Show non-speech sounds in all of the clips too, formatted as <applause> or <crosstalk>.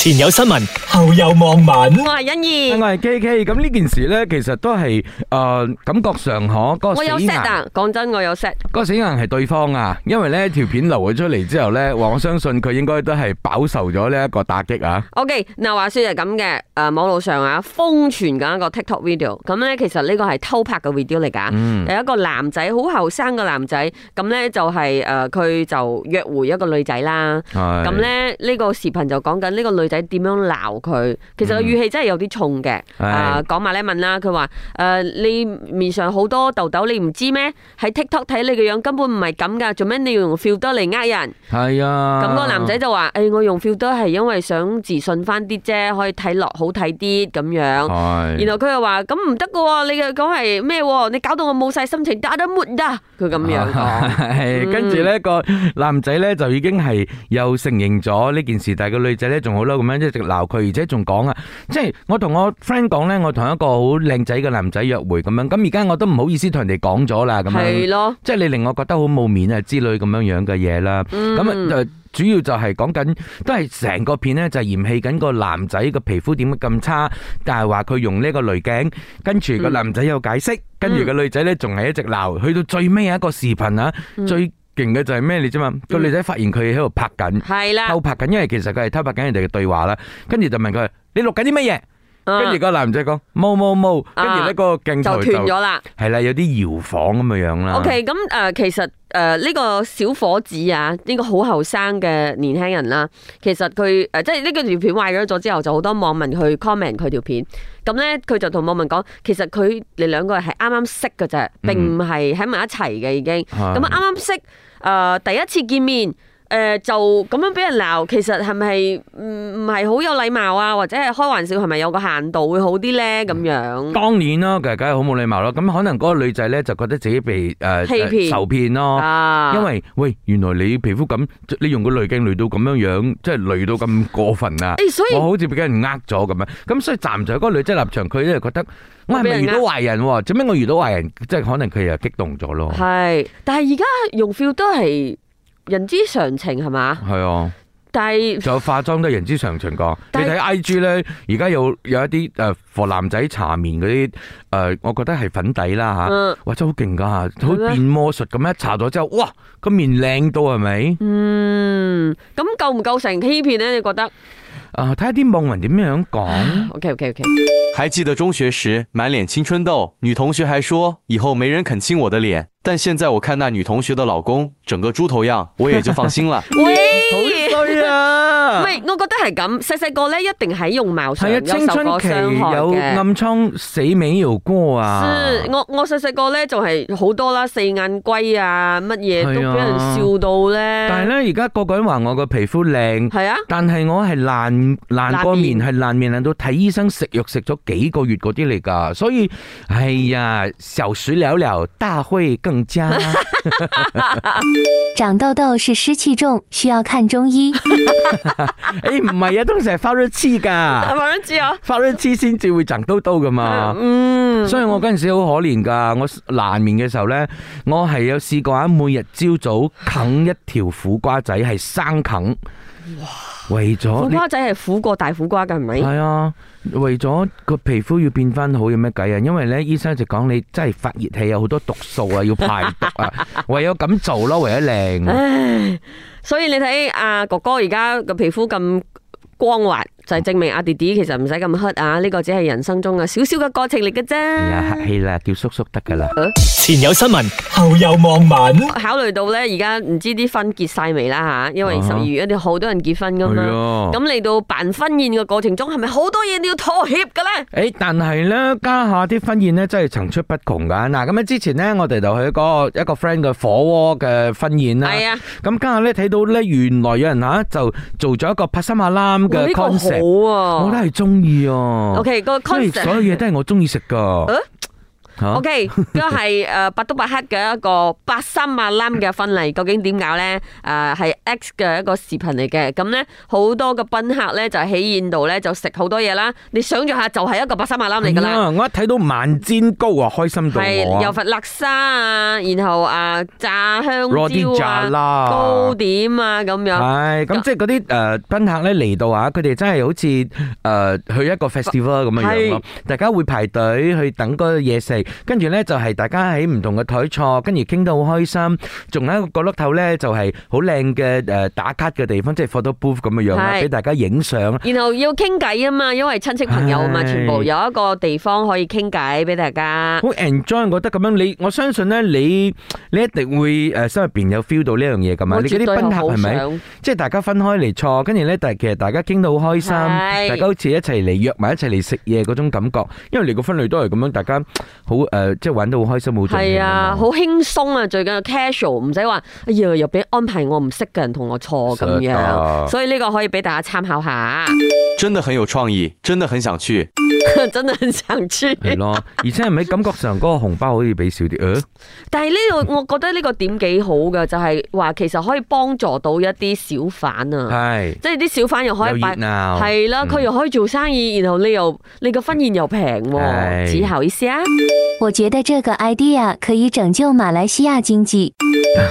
前有新聞，後有網民。我係欣我怡，係 K K，咁呢件事咧，其實都係誒感覺上嗬，嗰個我有死 set 硬，嗰啊，講真我有 set。個死硬係對方啊，因為咧條片流咗出嚟之後咧，話我相信佢應該都係飽受咗呢一個打擊啊。 OK，嗱話說係咁嘅，誒、網絡上啊瘋傳緊一個 TikTok video，咁咧其實呢個係偷拍嘅 video 嚟㗎。有一個男仔好後生嘅男仔，咁咧就係誒佢就約會一個女仔啦。係咁，咧呢個視頻就講緊呢個女仔點樣鬧佢，其實個語氣真係有啲重嘅。係啊，講埋咧問啦，佢話誒你面上好多痘痘，你唔知咩？喺 TikTok 睇你嘅樣根本唔係咁㗎，做咩你要用 filter 嚟呃人？係啊，咁個男仔就話：，誒、我用 filter 係因為想自信翻啲啫，可以睇落好睇啲咁樣。哦係，然後佢又話：咁唔得噶喎，你嘅講係咩喎？你搞到我冇晒心情，打得沒啊！佢咁 <laughs> 樣講。係，跟住咧個男仔咧就已經係又承認咗呢件事，但係個女仔咧仲好嬲咁樣一直鬧佢，而且仲講啊，即係我同我 friend 講咧，我同一個好靚仔嘅男仔約會咁樣，咁而家我都唔好意思同人哋講咗啦，咁樣係。咯，即係你令我覺得好冇面啊之類咁樣樣嘅嘢啦。嗯咁啊、呃主要就係講緊都係成個片呢，就係嫌棄緊個男仔嘅皮膚點解咁差，但係話佢用呢個濾鏡，跟住嗯個男仔有解釋，跟住個女仔呢仲係一直鬧，去到最尾有一個視頻啊，嗯最勁嘅就係咩嚟啫嘛？個女仔發現佢喺度拍緊。係啦偷，拍緊，因為其實佢係偷拍緊人哋嘅對話啦，跟住就問佢：你錄緊啲乜嘢？跟住個男仔講冇冇冇，跟住呢啊個鏡就斷頭就咗啦。係啦，有啲搖晃咁嘅樣啦。 OK，咁誒、呃其實誒呢、個小伙子啊，呢、個好後生嘅年輕人啦，其實佢誒、呃即係呢個條片壞咗咗之後，就好多網民去 comment 佢條片。咁咧，佢就同網民講，其實佢哋兩個係啱啱識嘅啫，嗯並唔係喺埋一齊嘅已經。係咁啱啱識誒、呃第一次見面。誒、就咁樣俾人鬧，其實係咪唔唔係好有禮貌啊？或者係開玩笑係咪有個限度會好啲咧？咁樣當然啦，佢梗係好冇禮貌啦。咁可能嗰個女仔咧就覺得自己被誒、呃欺騙受騙咯。啊，哦因為喂，原來你皮膚咁，你用個濾鏡濾到咁樣樣，即係濾到咁過分啊！誒所以我好似俾人呃咗咁樣，咁所以站在嗰個女仔立場，佢咧覺得我係俾咪人呃遇到壞人喎？做咩我遇到壞人？即係可能佢又激動咗咯。系，但系而家用 feel 都系人之常情係嘛？係啊，但係仲有化妝都係人之常情噶。你 <laughs> 但係睇 I G 咧，而家有有一啲誒 for 男仔搽面嗰啲誒，我覺得係粉底啦嚇。嗯哇，真係好勁噶，好咩似變魔術咁樣，一搽咗之後，哇，個面靚到係咪？嗯，咁構唔構成欺騙咧？你覺得啊，睇下啲網民點樣講。 ？OK OK OK，还记得中学时满脸青春痘，女同学还说以后没人肯亲我的脸。但现在我看那女同学的老公整个猪头样，我也就放心了。喂，好衰唔啊！係，我覺得係咁，細細個咧一定喺容貌上係啊，有受青春過期傷害有嘅。暗瘡死美有過啊！是我我細細個咧就係好多啦，四眼龜啊，乜嘢都俾人笑到咧。但係咧，而家個個人話我個皮膚靚。係啊，但係我係爛爛過面，係爛面爛到睇醫生食藥食咗幾個月嗰啲嚟㗎，所以哎呀，小時了了，大會更 <laughs> 加。长痘痘是湿气重，需要看中医。誒唔係啊，通常係發咗黐㗎 <laughs> 係。咪都知啊？發咗黐先至會長刀刀噶嘛。 <laughs> 嗯，啊所以我嗰陣時好可憐㗎，我爛面嘅時候呢，我係有試過啊，每日朝早啃一條苦瓜仔，係生啃，為苦咗瓜仔係苦過大苦瓜㗎，係咪？係啊，為咗個皮膚要變翻好有咩計啊？因為呢醫生就講你真係發熱氣有好多毒素啊，要排毒 <laughs> 啊，唯有咁做咯，為咗靚。唉，所以你睇阿、哥哥而家個皮膚咁光滑，就係證明阿弟弟其實唔使咁 hurt 啊！呢、個只係人生中嘅少少嘅過程嚟嘅啫。哎呀，客氣啦，叫叔叔得㗎啦。前有新聞，後有網民。考慮到咧，而家唔知啲婚結晒未啦吓，因為啊十哈二月一定好多人結婚噶嘛。係啊咁嚟到辦婚宴嘅過程中，係咪好多嘢你要妥協嘅咧？诶，但係咧，家下啲婚宴咧真係層出不窮噶。嗱，咁樣啊之前咧，我哋就去嗰個一個 friend 嘅火鍋嘅婚宴啦。係啊，咁家下咧睇到咧，原來有人吓就做咗一個拍心下哇攬嘅哦呢個 concept，好啊。我都係中意啊。 O K 個因為所 concept 有嘢都係我中意食噶誒。嚇 O K，都係诶百督百黑嘅一個八三啊冧嘅婚禮，究竟點搞咧？诶、係 ờ, X 嘅一個視頻嚟嘅，咁咧好多嘅賓客咧就喺宴度咧就食好多嘢啦。你想象下，就係一個八三啊冧嚟㗎啦。啊我一睇到萬煎糕啊，開心到係我又啊！佛勒沙啊，然後啊炸香攞啲蕉炸啊、啦糕點啊咁樣。係咁，即係嗰啲诶賓客咧嚟到啊，佢哋真係好似诶去一個 festival 咁樣樣咯，大家會排隊去等嗰個嘢食，跟住咧就係大家喺唔同嘅台坐，跟住傾得好開心，仲有一個角落頭咧就係好靚嘅诶打卡嘅地方，即係 photo booth 咁樣樣啦，係俾大家影相啊。然後要傾偈啊嘛，因為親戚朋友啊嘛，係全部有一個地方可以傾偈俾大家。好 enjoy，我覺得咁樣你，我相信咧，你你一定會誒、呃心入邊有 feel 到呢樣嘢噶嘛？我你嗰絕啲對賓客好係咪？想，即係大家分開嚟坐，跟住咧，但係其實大家傾到好開心，係大家好似一齊嚟約埋一齊嚟食嘢嗰種感覺。因為你個分類都係咁樣，大家好誒、呃即係玩得好開心，好盡興係啊，嘛好輕鬆啊，最緊要 casual，唔使話哎呀又俾安排我唔識嘅人同我坐咁是的樣，所以呢個可以俾大家參考下， <laughs> 真的很有創意， <laughs> 真的很想去。真的很想去。係咯，而且係咪感覺上嗰個紅包可以俾少啲？呃但係呢度我覺得呢個點幾好嘅，就係話其實可以幫助到一啲小販啊，係即係啲小販又可有以熱擺。鬧，嗯係啦，佢又可以做生意，然後你又你個婚宴又平係喎，只好意思啊。我觉得这个 idea 可以拯救马来西亚经济。 <laughs>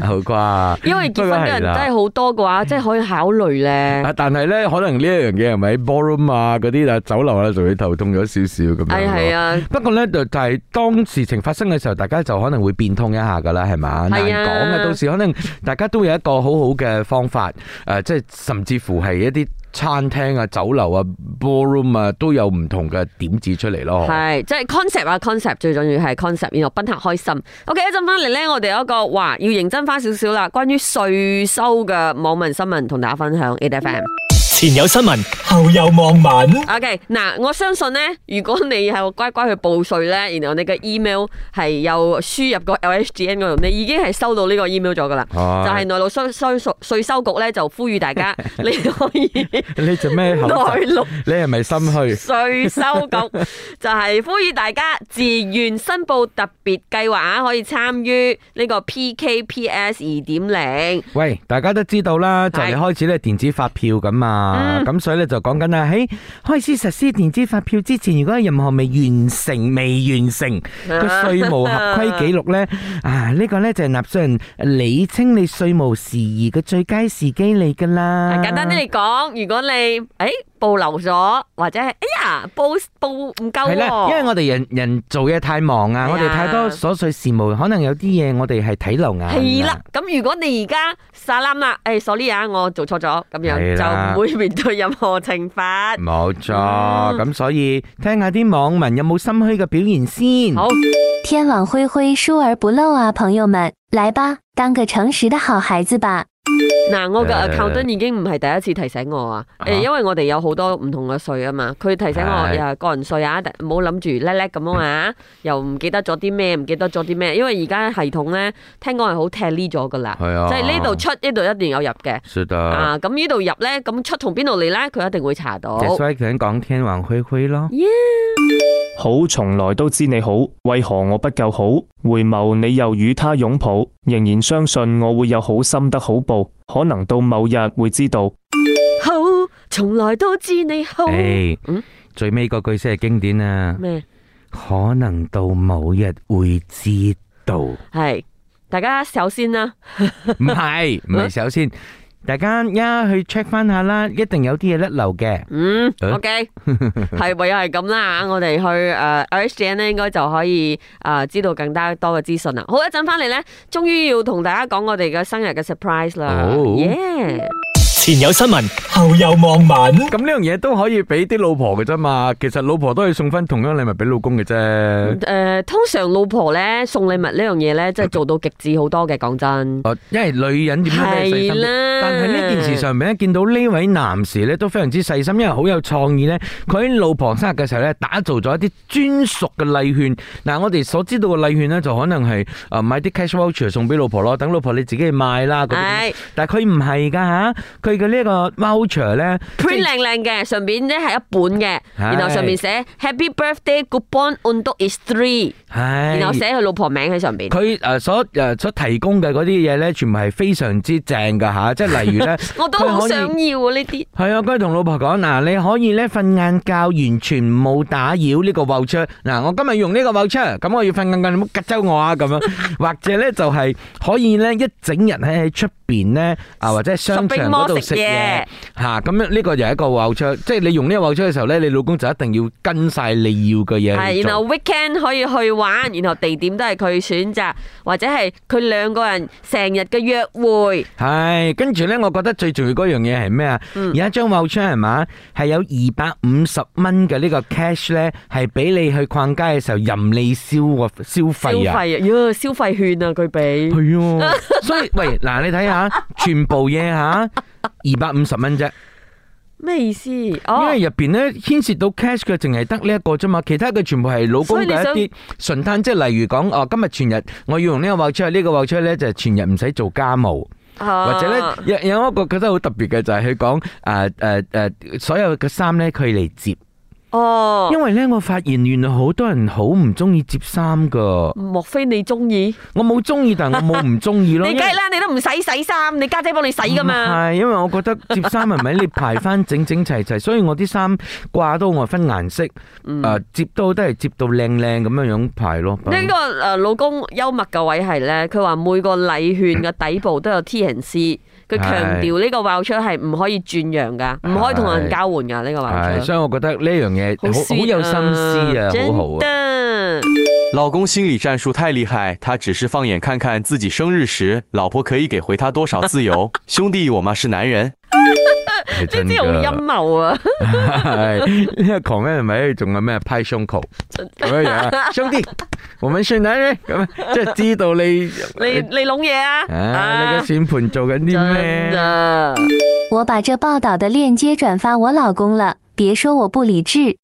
好啩。因為結婚嘅人真係好多嘅話，即係可以考慮咧。啊！但係咧，可能呢一樣嘢係咪喺 ballroom 啊嗰啲啊酒樓啊，就會頭痛咗少少咁樣咯。係係啊，不過咧，就就係當事情發生嘅時候，大家就可能會變通一下噶啦，係嘛？難係啊講嘅，到時可能大家都有一個好好嘅方法，誒、即係甚至乎係一啲餐廳啊、酒樓啊、ballroom 啊，都有唔同嘅點子出嚟咯。係即係 concept 啊，concept 最重要係 concept，然後賓客開心。OK，一陣翻嚟咧，我哋有一個話要認真翻少少啦，關於税收嘅網民新聞同大家分享。A F M。前有新聞，後有網民， OK，嗱，我相信咧，如果你係乖乖去報税咧，然後你嘅 email 係有輸入個 LHDN 嗰度，你已經係收到呢個 email 咗噶啦。就係係內陸稅稅税收局咧，就呼籲大家，你可以你做咩內口窒？陸你係咪心 <laughs> 虛？税收局就係呼籲大家自願申報特別計劃啊，可以參與呢個 PKPS 二點零。喂，大家都知道啦，就係嗯嚟開始咧電子發票咁嘛，咁、所以咧就講緊啦，喺開始實施電子發票之前，如果有任何未完成、未完成個啊稅啊務合規記錄咧，啊呢、個咧就係納税人理清你稅務事宜嘅最佳時機嚟㗎啦。簡單啲嚟講，如果你誒、哎報漏咗，或者係哎呀報報唔夠係啦，因為喎，我哋人人做嘢太忙啊，係啊我哋太多瑣碎事務，可能有啲嘢我哋係睇漏眼。係啦，，咁如果你而家撒冧啦，誒、sorry 啊，我做錯咗，咁樣係就啦唔會面對任何懲罰。冇錯。咁、所以聽下啲網民有冇心虛嘅表現先。好。天网恢恢，疏而不漏啊，朋友们，来吧，当个诚实的好孩子吧。嗱，我嘅誒 accountant 已經唔係第一次提醒我啊，啊誒，因為我哋有好多唔同嘅税啊嘛，佢提醒我係又個人税啊，但唔好諗住叻叻咁樣啊，又唔記得咗啲咩，唔記得咗啲咩，因為而家系統咧，聽講係好踢呢咗噶啦，係啊即係呢度出，呢度一定有入嘅，是的。啊，咁呢度入咧，咁出同邊度嚟咧，佢一定會查到。所以想講天王灰灰咯。好，從來都知你好，為何我不夠好？回眸你又與他擁抱，仍然相信我會有好心得好報，可能到某日會知道。好，從來都知你好诶嗯，最尾嗰句先係經典啊！咩？可能到某日會知道，唔係大家首先啦，係 <laughs> 唔係首先。大家一去 check 翻下啦，一定有啲嘢甩漏嘅。嗯誒 <laughs> ，OK，係唯有係咁啦，我哋去诶 RHN 咧，應該就可以诶知道更加多嘅資訊啦。好，一陣翻嚟咧，終於要同大家講我哋嘅生日嘅 surprise 啦哦耶！前有新聞，後有網民，咁呢樣嘢都可以俾啲老婆嘅啫嘛。其實老婆都可以送翻同樣禮物俾老公嘅啫。诶，通常老婆咧送禮物呢樣嘢咧，真係做到極致好多嘅，講真。哦，因為女人點樣都係細心係啲啦但係呢件事上面咧，見到呢位男士咧都非常之細心，因為好有創意咧。佢喺老婆生日嘅時候咧，打造咗一啲專屬嘅禮券。嗱，我哋所知道嘅禮券咧，就可能係誒買啲 cash voucher 送俾老婆咯，等老婆你自己去買啦嗰啲。係但係佢唔係㗎嚇，佢佢嘅呢一個 voucher 咧， print 靚靚嘅，上邊咧係一本嘅，係然後上面寫 Happy Birthday Good Born Undo is Three，然後係寫佢老婆名喺上邊。，佢誒所誒所提供嘅嗰啲嘢咧，全部係非常之正噶吓，即係例如咧 <laughs> 我都佢好可以想要啊！呢啲係啊，佢同老婆講嗱，你可以咧瞓晏覺，完全冇打擾呢個 voucher。嗱，我今日用呢個 voucher，咁我要瞓晏覺，你唔好吉周我啊咁樣。或者咧就係可以咧一整日喺喺出邊咧啊，或者喺商場嗰度食 Shopping mall 嘢食嚇。咁樣呢個就係一個 voucher，即係你用呢個 voucher 嘅時候咧，你老公就一定要跟晒你要嘅嘢去係，然做。後 weekend 可以去玩，然後地點都係佢選擇，或者係佢兩個人成日嘅約會。係，跟住咧，我覺得最重要嗰樣嘢係咩啊？嗯有一張 voucher 係嘛，係有二百五十蚊嘅呢個 cash 咧，係俾你去逛街嘅時候任你消啊消消費費啊啊，。呀，消費券啊，佢俾係啊，所以喂嗱，你睇下 <laughs> 全部嘢吓二百五十蚊啫，咩意思？因哦為，入邊咧牽涉到 cash 嘅，淨係得呢一個啫嘛，其他嘅全部係老公所以你想嘅一啲順攤，即係例如講哦，今日全日我要用呢個 voucher，呢個 voucher 咧就係全日唔使做家務。或或者咧有有一個覺得好特別嘅就係佢講誒誒誒所有嘅衫咧佢嚟摺，哦，因為咧我發現原來好多人好唔中意摺衫噶，莫非你中意？我冇中意，但係我冇唔中 <laughs> 意你咯。梗係啦，你都唔使洗衫，你家姐幫你洗噶嘛。系，因為我覺得摺衫係咪你排翻整整齊齊，所以我啲衫掛到我分顏色，嗯诶摺到都係摺到靚靚咁樣樣排咯。呢個誒老公幽默嘅位係咧，佢話每個禮券嘅底部都有 T N C，佢強調呢個 voucher 係唔可以轉讓噶，唔可以同人交換噶呢個係， voucher。所以我覺得呢樣嘢啊好好好 sweet 有心思啊，好好啊。真的老公心理战术太厉害，他只是放眼看看自己生日时，老婆可以给回他多少自由。 <laughs> 兄弟，我妈是男人。係呢真啲好陰㗎謀啊！係哎呢個狂人咪仲有咩拍胸口咁樣樣啊，兄弟，我們是男人咁，啊即係知道 <laughs> 你你你弄嘢啊！啊，你嘅算盤做緊啲真咩？啊！我把这报道的链接转发我老公了，别说我不理智。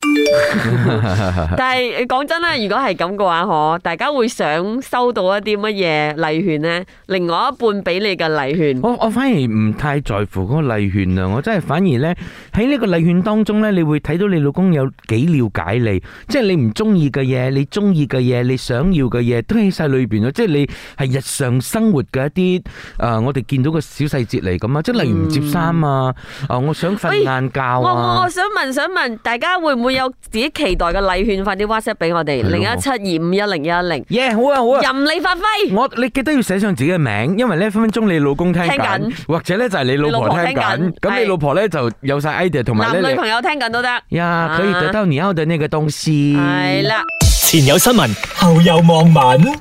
但係講真啦，如果係咁嘅話，嗬，大家會想收到一啲乜嘢禮券咧？另外一半俾你嘅禮券，我我反而唔太在乎嗰個禮券啊，我真係反而呢，喺呢個禮券當中呢，你會睇到你老公有幾了解你，即係你唔中意嘅嘢，你中意嘅嘢，你想要嘅嘢都喺晒裏邊咯，即係你係日常生活嘅一啲誒、呃我哋見到嘅小細節嚟咁啊，即係例如唔摺衫啊，啊、我想瞓喂晏覺我我啊我。想問想問，大家會唔會有自己期待嘅禮券？快啲 WhatsApp 俾我哋係咯零一七二五一零一零，耶、好啊好啊！任你發揮。我你記得要寫上自己嘅名，因為咧分分鐘你老公聽聽緊緊，或者咧就係你老你老婆婆聽聽緊緊。咁係你老婆咧就有晒 idea，同埋男咧女你朋友聽緊都得，呀哎可以得到你要的那個東西。係啦。前有新聞，後有網民。